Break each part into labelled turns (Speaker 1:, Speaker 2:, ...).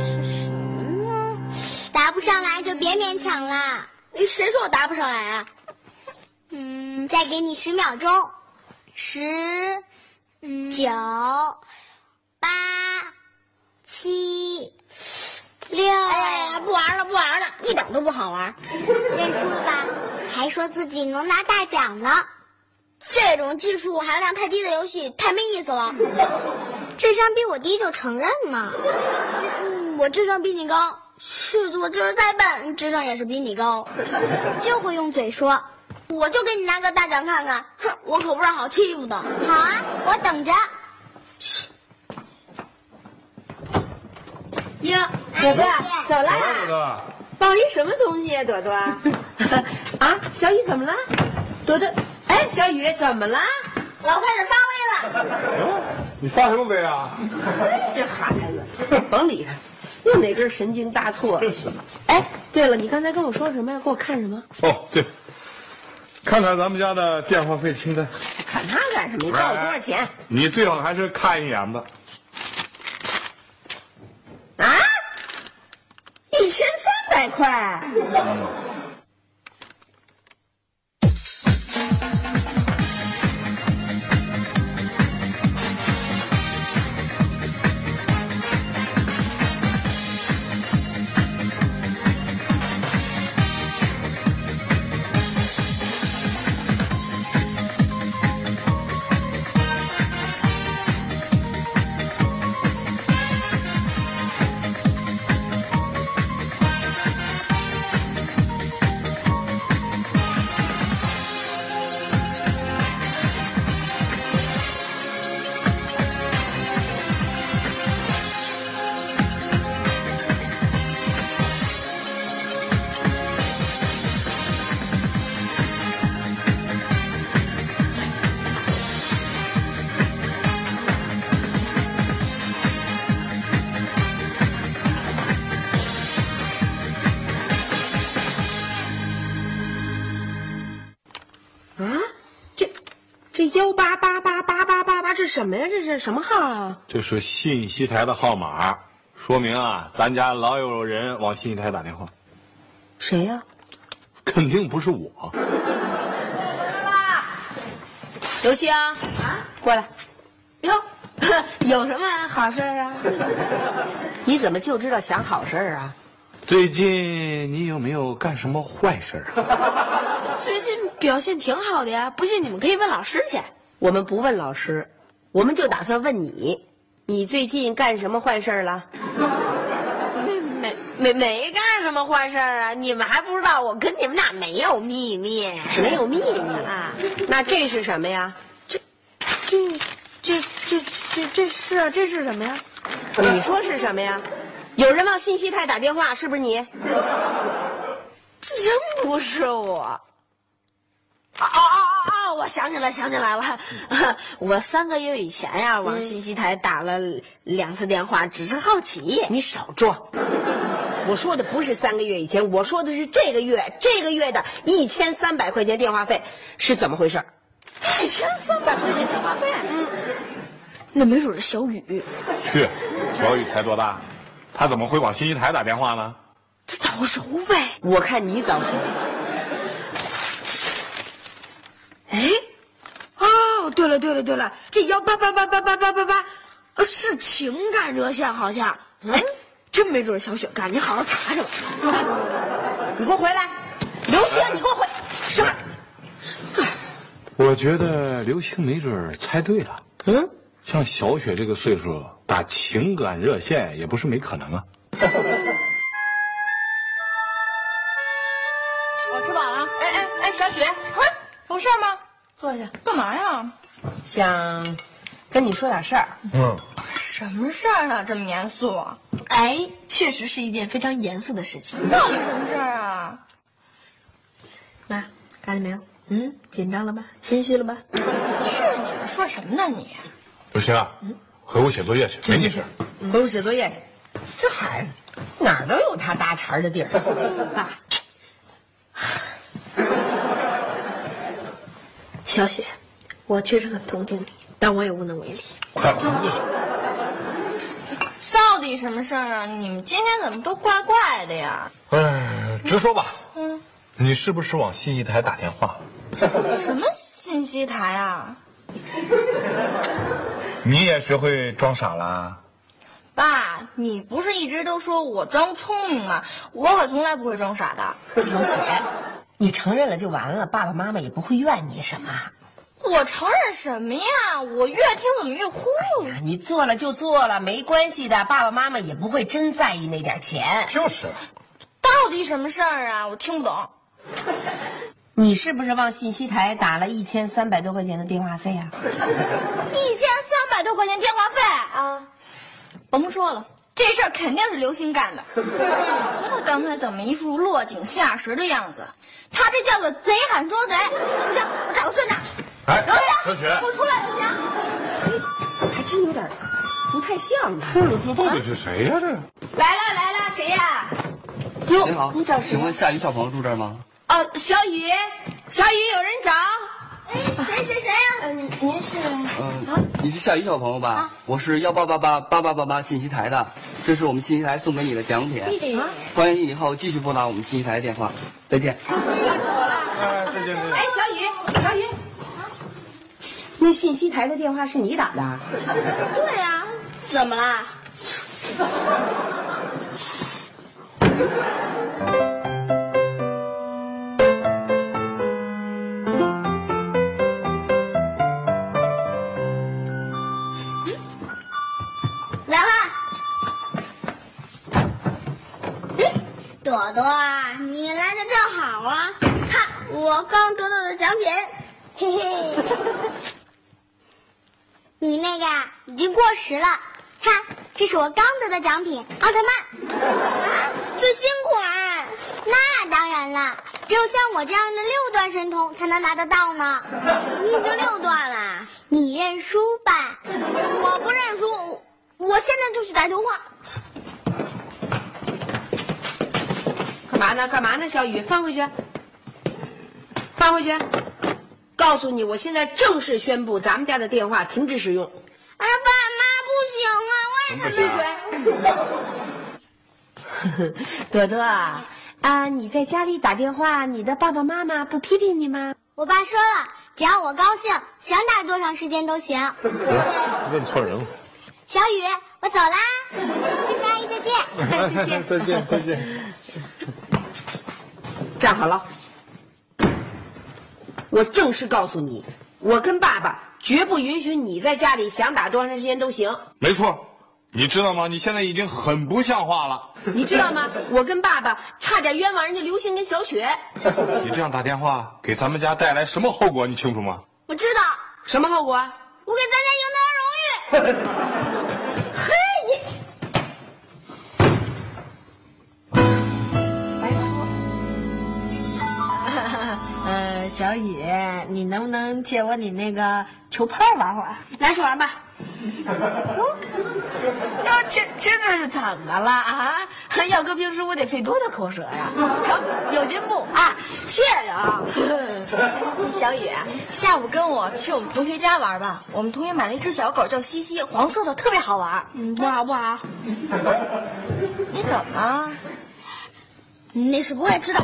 Speaker 1: 吃什么呢？
Speaker 2: 答不上来就别勉强啦。
Speaker 1: 你谁说我答不上来啊？
Speaker 2: 嗯，再给你十秒钟，十、嗯九、八、七、六，
Speaker 1: 哎呀，不玩了，不玩了，一点都不好玩。
Speaker 2: 认输了吧？还说自己能拿大奖呢，
Speaker 1: 这种技术含量太低的游戏太没意思了。
Speaker 2: 智商比我低就承认嘛。
Speaker 1: 嗯我智商比你高，是我就是再笨，智商也是比你高。
Speaker 2: 就会用嘴说。
Speaker 1: 我就给你拿个大奖看看，哼，我可不是好欺负的。
Speaker 2: 好啊，我等着。
Speaker 1: 英，
Speaker 3: 朵朵走
Speaker 4: 好了，朵
Speaker 3: 啦！
Speaker 4: 朵，
Speaker 3: 抱一什么东西呀、朵 朵？啊，小雨怎么了？朵朵，哎，小雨怎么了？
Speaker 1: 老开始发威了。
Speaker 4: 你发什么威啊？
Speaker 3: 这孩子， 甭理他，又哪根神经搭错了？
Speaker 4: 是
Speaker 3: 哎，对了，你刚才跟我说什么呀？给我看什么？
Speaker 4: 哦，对，看看咱们家的电话费清单，
Speaker 3: 看他干什么？你告诉我多少钱？
Speaker 4: 你最好还是看一眼吧。
Speaker 3: 啊？一千三百块。啊？这这幺八八八八八八八，这什么呀？这是什么号啊？
Speaker 4: 这是信息台的号码，说明啊，咱家老有人往信息台打电话，
Speaker 3: 谁呀、
Speaker 4: 肯定不是我。
Speaker 3: 刘星啊，过来。哟， 有什么好事儿啊？ 你怎么就知道想好事儿啊？
Speaker 4: 最近你有没有干什么坏事儿啊？
Speaker 1: 最近表现挺好的呀，不信你们可以问老师去。
Speaker 3: 我们不问老师，我们就打算问你，你最近干什么坏事儿了？没没没没干什么坏事儿啊！你们还不知道，我跟你们俩没有秘密，没有秘密啊？那这是什么呀？
Speaker 1: 这这这这这是啊，这是什么呀？
Speaker 3: 你说是什么呀？有人往信息台打电话，是不是你？
Speaker 1: 真不是我。啊啊啊啊！我想起来，想起来了，我三个月以前呀、
Speaker 3: 嗯
Speaker 1: 往信息台打了两次电话，只是好奇。
Speaker 3: 你少装！我说的不是三个月以前，我说的是这个月这个月的一千三百块钱电话费是怎么回事儿？
Speaker 1: 一千三百块钱电话费，那没准是小雨，
Speaker 4: 去，小雨才多大，他怎么会往信息台打电话呢？
Speaker 1: 他早熟呗。
Speaker 3: 我看你早熟。
Speaker 1: 哎，哦，对了对了对了，这幺八八八八八八八八，呃是情感热线好像。哎，真没准是小雪干，你好好查查吧。
Speaker 3: 你给我回来，刘星，你给我回，什么？
Speaker 4: 我觉得刘星没准儿猜对了，
Speaker 3: 嗯，
Speaker 4: 像小雪这个岁数，打情感热线也不是没可能啊。
Speaker 5: 我吃饱了，
Speaker 3: 哎哎哎，小雪，
Speaker 5: 有事吗？
Speaker 3: 坐下，
Speaker 5: 干嘛呀？
Speaker 3: 想跟你说点事儿。
Speaker 4: 嗯，
Speaker 5: 什么事儿啊？这么严肃？哎，确实是一件非常严肃的事情。到底什么事儿啊？
Speaker 3: 妈，看见没有？嗯，紧张了吧？心虚了吧？
Speaker 5: 去哎你的，说什么呢你？
Speaker 4: 刘星啊，回屋写作业去，没你事儿。
Speaker 3: 回屋写作业去。这孩子哪儿都有他搭茬儿的地儿。啊爸，
Speaker 1: 小雪，我确实很同情你，但我也无能为力。
Speaker 4: 快回屋去。
Speaker 5: 到底什么事儿啊？你们今天怎么都怪怪的呀？
Speaker 4: 哎，直说吧。嗯。你是不是往信息台打电话？
Speaker 5: 什么信息台啊？
Speaker 4: 你也学会装傻啦？
Speaker 5: 爸，你不是一直都说我装聪明吗？我可从来不会装傻的。
Speaker 3: 小雪，你承认了就完了，爸爸妈妈也不会怨你什么。
Speaker 5: 我承认什么呀？我越听怎么越糊涂。
Speaker 3: 你做了就做了，没关系的，爸爸妈妈也不会真在意那点钱。
Speaker 4: 就是。
Speaker 5: 到底什么事儿啊？我听不懂。
Speaker 3: 你是不是往信息台打了一千三百多块钱的电话费啊？
Speaker 5: 一千三百多块钱电话费啊！甭说了，这事儿肯定是刘星干的。你说他刚才怎么一副落井下石的样子？他这叫做贼喊捉贼！不行，我找个算账。
Speaker 4: 哎
Speaker 5: 刘
Speaker 3: 啊
Speaker 5: 星，
Speaker 4: 刘雪
Speaker 5: 给我出来，刘星！
Speaker 6: 还真有点不太像呢。
Speaker 4: 这到底是谁呀、这
Speaker 5: 来了来了，谁呀？
Speaker 7: 你好，你找请问夏雨小朋友住这儿吗？
Speaker 5: 哦，
Speaker 3: 呃
Speaker 5: 小雨，小雨，有人找。哎，谁谁谁呀、
Speaker 7: 嗯、你是夏雨小朋友吧？我是幺八八八八八八八信息台的，这是我们信息台送给你的奖品。欢迎以后继续拨打我们信息台的电话，再见。
Speaker 4: 哎，再见再见。
Speaker 5: 哎，小雨，小雨，
Speaker 6: 那信息台的电话是你打的啊？
Speaker 5: 对呀、
Speaker 2: 啊
Speaker 5: 怎么啦？
Speaker 2: 来啦！哎朵朵啊，你来的正好啊！看，我刚得到的奖品，嘿嘿。你那个呀，已经过时了。看，这是我刚得的奖品——奥特曼，啊最新款。那当然了，只有像我这样的六段神童才能拿得到呢。你已经六段了，你认输吧。我不认输，我现在就去打电话。
Speaker 3: 干嘛呢？干嘛呢？小雨，放回去，放回去！告诉你，我现在正式宣布咱们家的电话停止使用。
Speaker 2: 哎，爸妈不行啊，为什么？
Speaker 3: 朵朵啊，啊，你在家里打电话，你的爸爸妈妈不批评你吗？
Speaker 2: 我爸说了，只要我高兴，想打多长时间都行。
Speaker 4: 问错人了。
Speaker 2: 小雨，我走啦，叔叔阿姨再见。
Speaker 4: 再见再见再见。
Speaker 3: 站好了，我正式告诉你，我跟爸爸绝不允许你在家里想打多长时间都行，
Speaker 4: 没错，你知道吗？你现在已经很不像话了。
Speaker 3: 你知道吗？我跟爸爸差点冤枉人家刘星跟小雪，
Speaker 4: 你这样打电话给咱们家带来什么后果，你清楚吗？
Speaker 2: 我知道，
Speaker 3: 什么后果啊？
Speaker 2: 我给咱家赢得了荣誉。
Speaker 3: 呃，小雨，你能不能借我你那个球拍玩会儿？
Speaker 5: 拿去玩吧。
Speaker 3: 哟，这这这是怎么了啊？ 要搁平时我得费多大口舌呀、成，有进步
Speaker 5: 啊，谢谢 啊，小雨，下午跟我去我们同学家玩吧。我们同学买了一只小狗，叫西西，黄色的，特别好玩。嗯，不好不好。你怎么了？那是不会知道。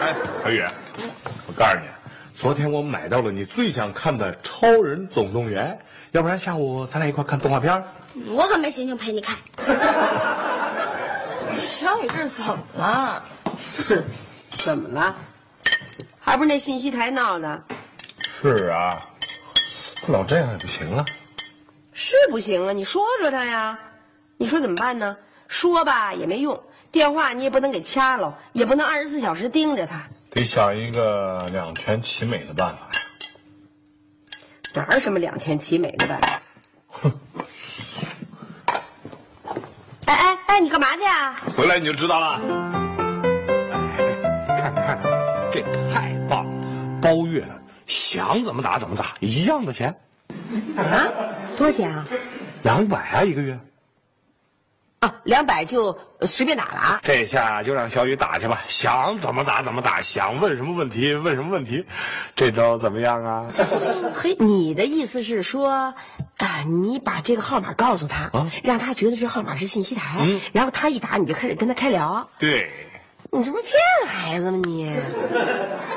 Speaker 4: 哎，小雨，我告诉你，昨天我买到了你最想看的《超人总动员》，要不然下午咱俩一块看动画片儿
Speaker 5: 我可没心情陪你看。小雨，这是怎么了？
Speaker 6: 怎么了？
Speaker 3: 还不是那信息台闹的，
Speaker 4: 是啊，不老这样也不行啊。
Speaker 3: 是不行啊！你说说他呀，你说怎么办呢？说吧也没用，电话你也不能给掐了，也不能二十四小时盯着他。
Speaker 4: 得想一个两全其美的办法呀。
Speaker 3: 哪有什么两全其美的办法？ 哎哎哎，你干嘛去啊？
Speaker 4: 回来你就知道了。哎，看看看看，这太棒、包月，想怎么打怎么打，一样的钱，
Speaker 3: 啊，
Speaker 6: 多少钱啊？
Speaker 4: 两百啊一个月。
Speaker 3: 啊，两百就呃随便打了啊。
Speaker 4: 这下就让小雨打去吧，想怎么打怎么打，想问什么问题问什么问题，这招怎么样啊？
Speaker 3: 嘿，你的意思是说，啊、你把这个号码告诉他，让他觉得这号码是信息台，然后他一打你就开始跟他开聊，
Speaker 4: 对，
Speaker 3: 你这不骗孩子吗你？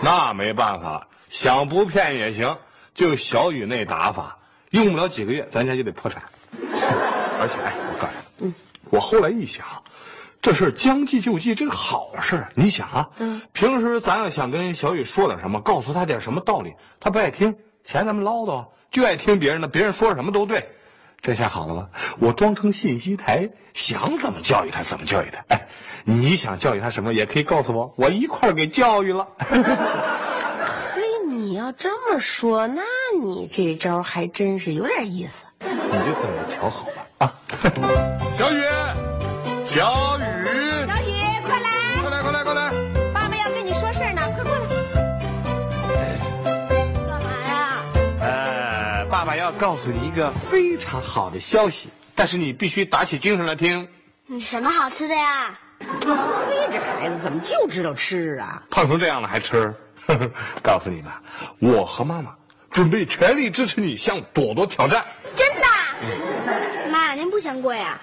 Speaker 4: 那没办法，想不骗也行，就小雨那打法，用不了几个月，咱家就得破产。而且，哎，我告诉你，嗯，我后来一想，这事儿将计就计，这是好事儿。你想啊，嗯，平时咱要想跟小雨说点什么，告诉他点什么道理，他不爱听，嫌咱们唠叨，就爱听别人的，别人说什么都对。这下好了吧？我装成信息台，想怎么教育他怎么教育他。哎，你想教育他什么也可以告诉我，我一块儿给教育了。
Speaker 3: 嘿，哎你要这么说，那你这招还真是有点意思。
Speaker 4: 你就等着瞧好吧啊！小雨，小
Speaker 2: 小
Speaker 4: 雨，
Speaker 2: 雨，快来！
Speaker 4: 快来快来快来！
Speaker 3: 爸爸要跟你说事儿呢，快过来。
Speaker 2: 干嘛呀？
Speaker 4: 呃，爸爸要告诉你一个非常好的消息，但是你必须打起精神来听。
Speaker 2: 你什么好吃的呀？
Speaker 3: 嘿，这孩子怎么就知道吃啊？
Speaker 4: 胖成这样了还吃？ 呵呵告诉你吧，我和妈妈准备全力支持你向朵朵挑战。
Speaker 2: 真的？嗯妈，您不嫌贵啊？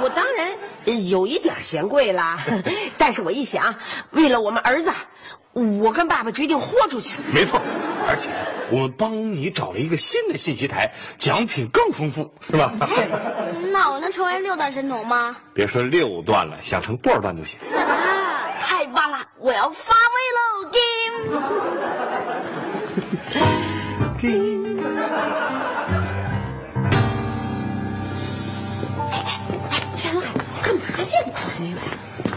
Speaker 3: 我当然呃有一点嫌贵啦， 但是我一想，为了我们儿子，我跟爸爸决定豁出去。
Speaker 4: 没错，而且我们帮你找了一个新的信息台，奖品更丰富，是吧？
Speaker 2: 那我能成为六段神童吗？
Speaker 4: 别说六段了，想成多少段都行。
Speaker 2: 啊，太棒了！我要发威喽，Game！
Speaker 3: 小东海，干嘛去？没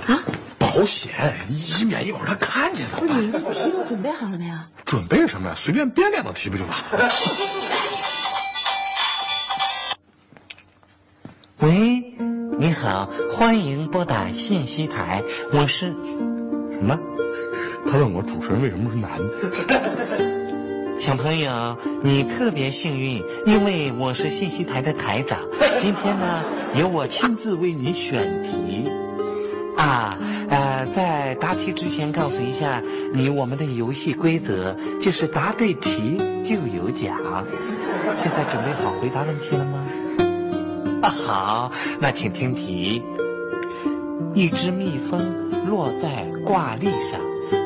Speaker 3: 完，
Speaker 4: 保险，以免一会儿他看见怎么办？
Speaker 5: 题都准备好了没有？
Speaker 4: 准备什么呀？随便编两道题不就完了？
Speaker 8: 喂，你好，欢迎拨打信息台，我是
Speaker 4: 什么？他问我主持人为什么是男的？
Speaker 8: 小朋友，你特别幸运，因为我是信息台的台长。今天呢，由我亲自为你选题。啊，呃，在答题之前告诉一下你我们的游戏规则，就是答对题就有奖。现在准备好回答问题了吗？啊，好，那请听题。一只蜜蜂落在挂历上，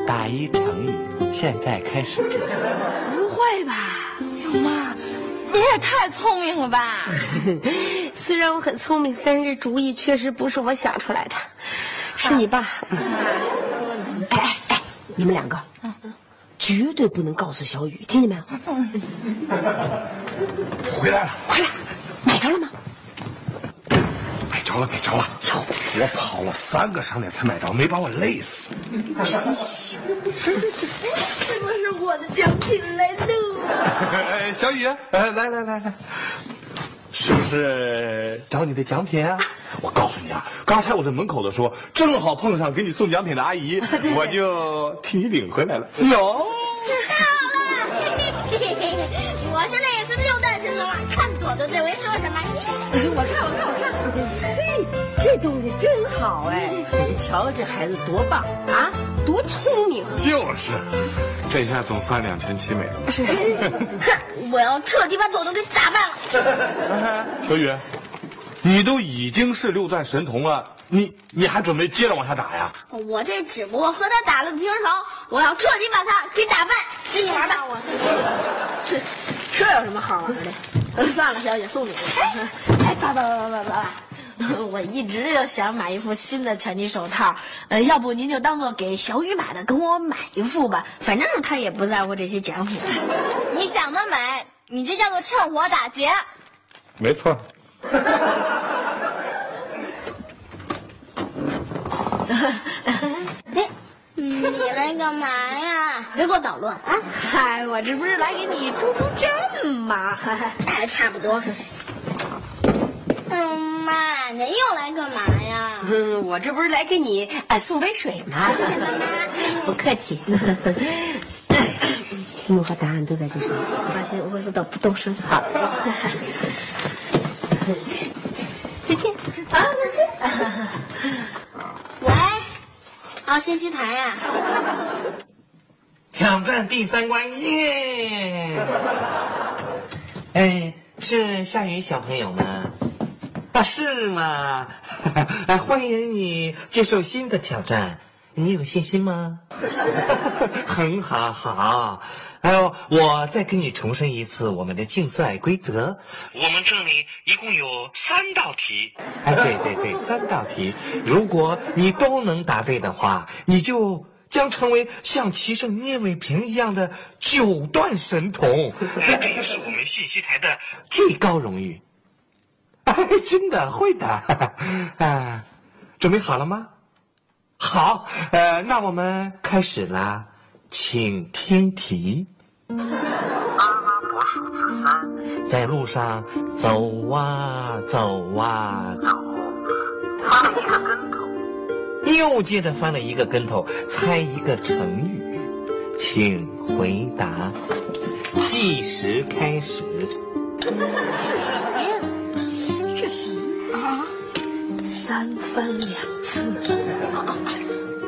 Speaker 8: 打一成语。现在开始计时。
Speaker 5: 不会吧？哎呦妈，你也太聪明了吧！
Speaker 3: 虽然我很聪明，但是这主意确实不是我想出来的，是你爸。嗯哎哎哎，你们两个，绝对不能告诉小雨，听见没有？
Speaker 4: 回来了，
Speaker 3: 快来，买着了吗？
Speaker 4: 买着了，买着了。我跑了三个商店才买着，没把我累死。
Speaker 5: 这不是我的奖品来喽！
Speaker 4: 哎小雨，哎来来来来，是不是找你的奖品啊？我告诉你啊，刚才我在门口的时候，正好碰上给你送奖品的阿 姨，我就替你领回来了。有，
Speaker 2: 太好了！ 我现在也是六段神童了，看朵朵这回说什么？
Speaker 3: 这东西真好哎！你瞧这孩子多棒啊，多聪明！啊
Speaker 4: 就是，这下总算两全其美了。
Speaker 2: 哼， 我要彻底把朵朵给打败了！
Speaker 4: 小雨，你都已经是六段神童了，你你还准备接着往下打呀？
Speaker 2: 我这只不过和他打了个平手，我要彻底把他给打败，跟你玩吧我。
Speaker 5: 这有什么好玩的？呃算了，小姐送你吧。哎，爸爸爸爸爸爸， 我一直就想买一副新的拳击手套，呃，要不您就当做给小雨买的，跟我买一副吧，反正他也不在乎这些奖品。
Speaker 2: 你想得美，你这叫做趁火打劫。
Speaker 4: 没错，
Speaker 2: 你来干嘛呀？别给我捣乱啊！
Speaker 5: 嗨，我这不是来给你出出阵 吗？哎
Speaker 2: 还差不多。嗯，妈，您又来干嘛呀？
Speaker 3: 嗯，我这不是来给你啊送杯水吗？
Speaker 2: 谢谢妈妈。
Speaker 3: 不客气。题目和答案都在这上面。
Speaker 1: 放心，我知道不动声色。
Speaker 3: 再见。
Speaker 2: 喂，哦，信息台呀、
Speaker 8: 挑战第三关耶！ 哎，是夏雨小朋友吗？啊，是吗？ 啊，欢迎你接受新的挑战，你有信心吗？ 很好，好。还有，哎我再跟你重申一次我们的竞赛规则。我们这里一共有三道题。哎，对对对，三道题。如果你都能答对的话，你就将成为像棋圣聂卫平一样的九段神童。哎这也是我们信息台的 最高荣誉。 哎，真的会的。 啊，准备好了吗？好，呃，那我们开始啦，请听题。阿拉伯数字三，在路上走啊走啊走，翻了一个跟头，又接着翻了一个跟头，猜一个成语，请回答。计时开始，
Speaker 1: 三番两次，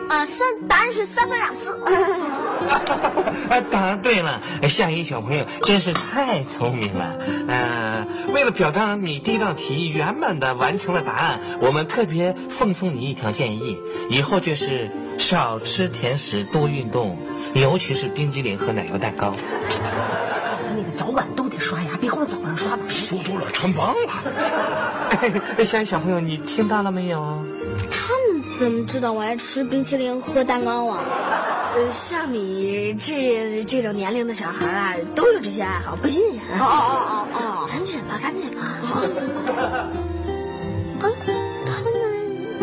Speaker 2: 啊，三答案是三番两次。
Speaker 8: 啊，答对了！夏雨小朋友真是太聪明了。呃，为了表彰你第一道题圆满的完成了答案，我们特别奉送你一条建议：以后就是少吃甜食，多运动，尤其是冰激凌和奶油蛋糕。
Speaker 3: 那个早晚都得刷牙，别光早上刷晚上。
Speaker 4: 说多了穿帮了。
Speaker 8: 哎夏雨小朋友，你听到了没有？
Speaker 2: 他们怎么知道我爱吃冰淇淋、喝蛋糕啊？
Speaker 1: 呃，像你这这种年龄的小孩啊，都有这些爱好，不新鲜。
Speaker 3: 哦哦哦
Speaker 1: 赶紧吧，赶紧 吧。
Speaker 2: 啊，他们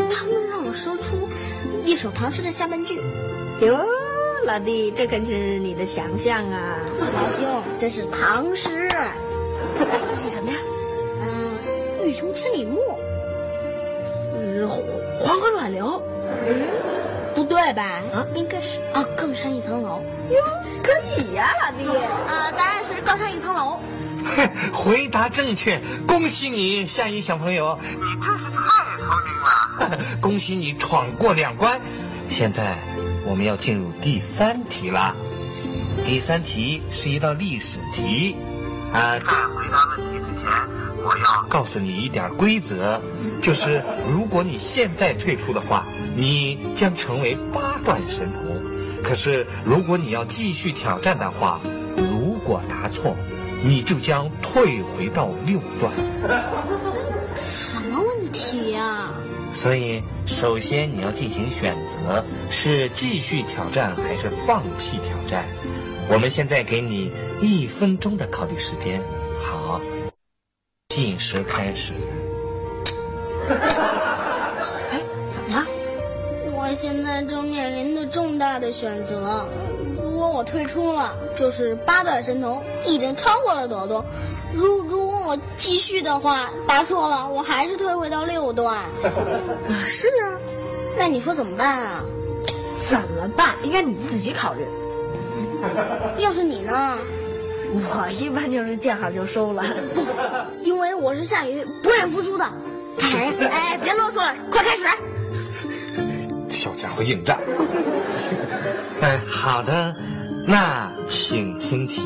Speaker 2: 他们让我说出一首唐诗的下半句。
Speaker 1: 哟，老弟，这可是你的强项啊！
Speaker 2: 老兄，哎这是唐诗，
Speaker 1: 这是什么呀？
Speaker 2: 嗯，欲穷千里目，
Speaker 1: 呃，黄黄河暖流。
Speaker 2: 不对吧？啊，应该是啊，更上一层楼。
Speaker 1: 可以呀、老弟。
Speaker 2: 啊，答案是更上一层楼。
Speaker 8: 回答正确，恭喜你，夏雨小朋友，你真是太聪明了！ 恭喜你闯过两关。现在我们要进入第三题啦。第三题是一道历史题，啊，在回答问题之前，我要告诉你一点规则，就是如果你现在退出的话，你将成为八段神童。可是如果你要继续挑战的话，如果答错，你就将退回到六段。
Speaker 2: 什么问题哎呀、
Speaker 8: 所以，首先你要进行选择，是继续挑战还是放弃挑战？我们现在给你一分钟的考虑时间。好，计时开始。
Speaker 2: 我现在正面临着重大的选择，如果我退出了，就是八段神童，已经超过了朵朵；如如果我继续的话，答错了，我还是退回到六 段。啊是啊，那你说怎么办啊？
Speaker 1: 怎么办？应该你自己考虑。
Speaker 2: 要是你呢？
Speaker 1: 我一般就是见好就收了。
Speaker 2: 因为我是夏雨，不愿服输的。哎哎，别啰嗦了，快开始！
Speaker 4: 小家伙应 战，
Speaker 8: 哎，好的，那请听题，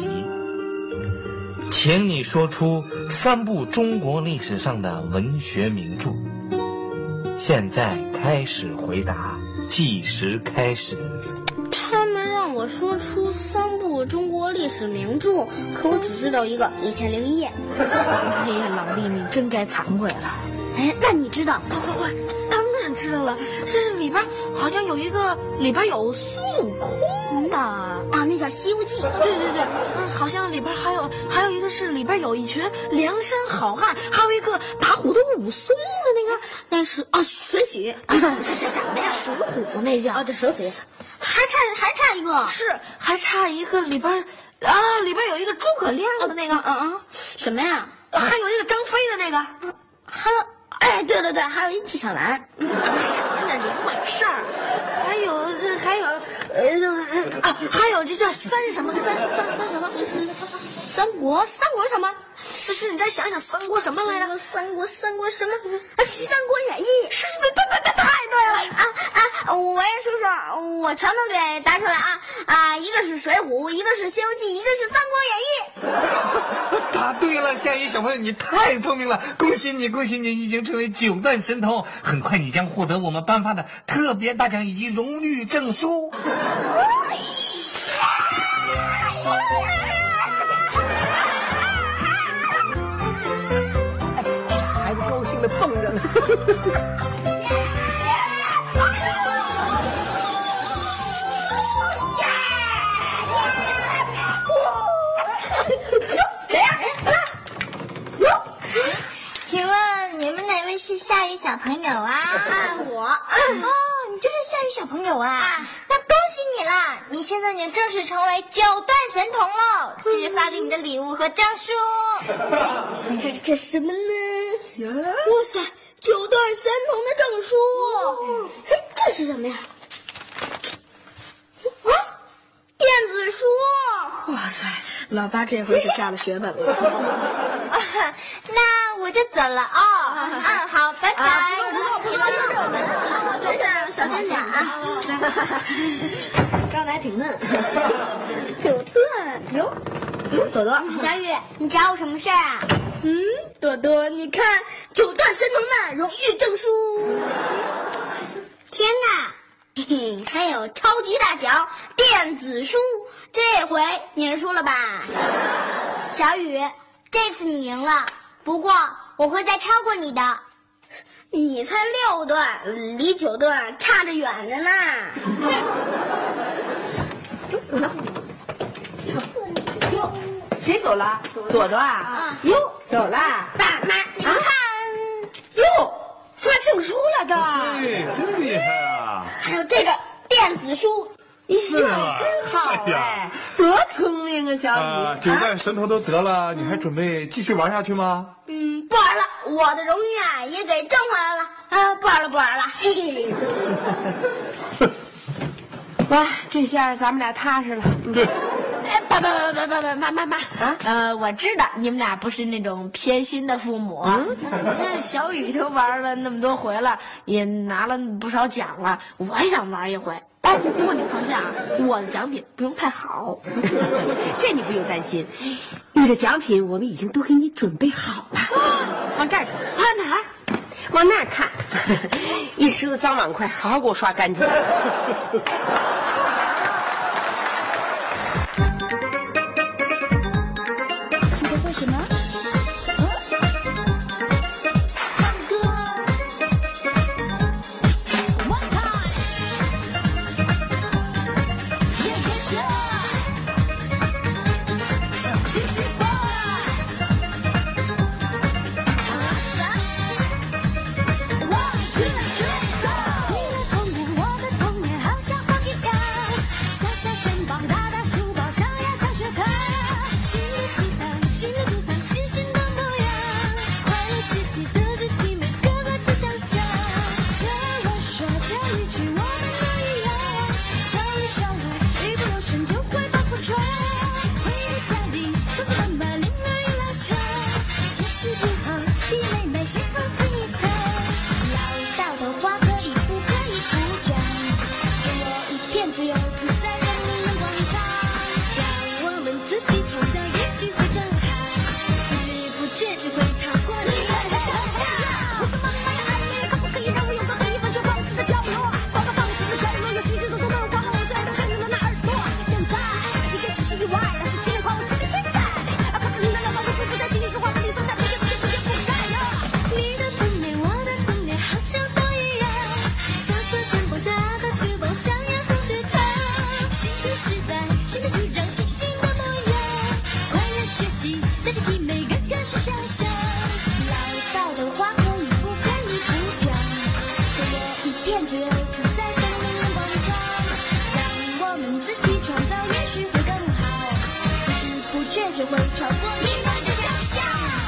Speaker 8: 请你说出三部中国历史上的文学名著。现在开始回答，计时开始。
Speaker 2: 他们让我说出三部中国历史名著，可我只知道一个《一千零一夜》。
Speaker 1: 哎呀，老弟，你真该惭愧了。
Speaker 2: 哎，但你知道，
Speaker 1: 快快快！当然知道了，这是里边好像有一个里边有孙悟空的。
Speaker 2: 啊，那叫《西游记》。
Speaker 1: 对对对，嗯，好像里边还有还有一个是里边有一群梁山好汉，还有一个打虎的武松的那个，
Speaker 2: 那是啊，水浒
Speaker 1: 这是什么呀？水浒那叫啊，这水浒
Speaker 2: 还差还差一个
Speaker 1: 是还差一个里边啊，里边有一个诸葛亮的那个，
Speaker 2: 啊啊，什么呀？
Speaker 1: 还有一个张飞的那个，
Speaker 2: 还有
Speaker 1: 哎，对对对，还有一气象栏，嗯这上面的两码事儿，还有这还有呃啊，还有这叫三什么三三三什么？
Speaker 9: 三国，三国什么？
Speaker 1: 是是，你再想想三国什么来着？
Speaker 9: 三国，三国什么？啊，《三国演义》
Speaker 1: 是是，对对对，太对了。
Speaker 9: 啊啊！我也叔叔，我全都给答出来啊啊！一个是《水浒》，一个是《西游记》，一个是《三国演义》。
Speaker 8: 答啊对了，夏雨小朋友，你太聪明了，恭喜你，恭喜你，你已经成为九段神童，很快你将获得我们颁发的特别大奖以及荣誉证书。
Speaker 2: 孩子高兴的蹦着呢。
Speaker 9: 请问你们哪位是夏雨小朋友啊？啊，我。哦，你就是夏雨小朋友啊！那恭喜你啦！你现在已经正式成为九段神童了。这是发给你的礼物和证书。
Speaker 1: 这这什么呢？哇塞，九段神童的证书！哎，这是什么呀？啊，电子书！哇塞，老八这回可下了血本了。
Speaker 9: 那我就走了哦。啊，好，拜拜。不错不错，是小心点啊。
Speaker 1: 扎的还挺 嫩。九段哟，嗯，朵朵，
Speaker 9: 小雨，你找我什么事儿啊？
Speaker 1: 嗯，朵朵，你看九段神童的荣誉证书。
Speaker 9: 天哪！嘿嘿，还有超级大奖电子书，这回你是输了吧？小雨，这次你赢了，不过我会再超过你的。
Speaker 1: 你才六段，离九段差着远着呢。
Speaker 2: 谁走了？朵朵啊？哟，走了。
Speaker 1: 爸妈，你们
Speaker 9: 啊
Speaker 1: 看，哟，发证书了都。
Speaker 4: 哎，真厉害啊！
Speaker 9: 还有这个电子书，
Speaker 4: 是吗？
Speaker 2: 真好
Speaker 4: 哎呀
Speaker 2: 哎，多聪明啊，小
Speaker 4: 啊，
Speaker 2: 雨。
Speaker 4: 九段神童都得了，你还准备继续玩下去吗？
Speaker 9: 嗯，
Speaker 1: 不玩了，我的荣誉啊也给挣回来了。啊，不玩了，不玩了，嘿嘿。
Speaker 2: 哇，这下咱们俩踏实了。
Speaker 3: 哎，爸爸爸爸爸爸妈妈妈啊！呃，我知道你们俩不是那种偏心的父母。啊
Speaker 1: 嗯
Speaker 3: 那小雨都玩了那么多回了，也拿了不少奖了，我也想玩一回。哎，不过你放心啊，我的奖品不用太好。
Speaker 2: 这你不用担心，你的奖品我们已经都给你准备好了。往这儿走，
Speaker 1: 啊哪儿？
Speaker 2: 往那儿 看，一池子脏碗筷，好好给我刷干净。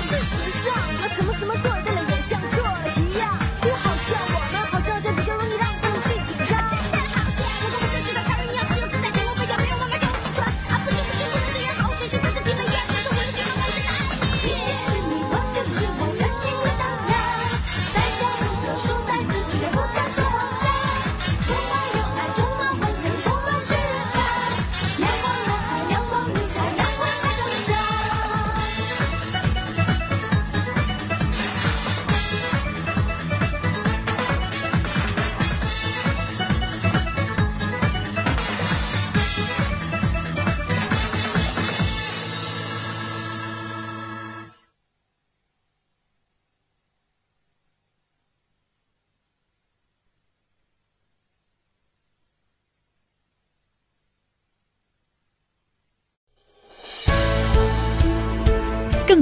Speaker 9: 是时尚，我什么什么做对了也像做了一样。
Speaker 10: 更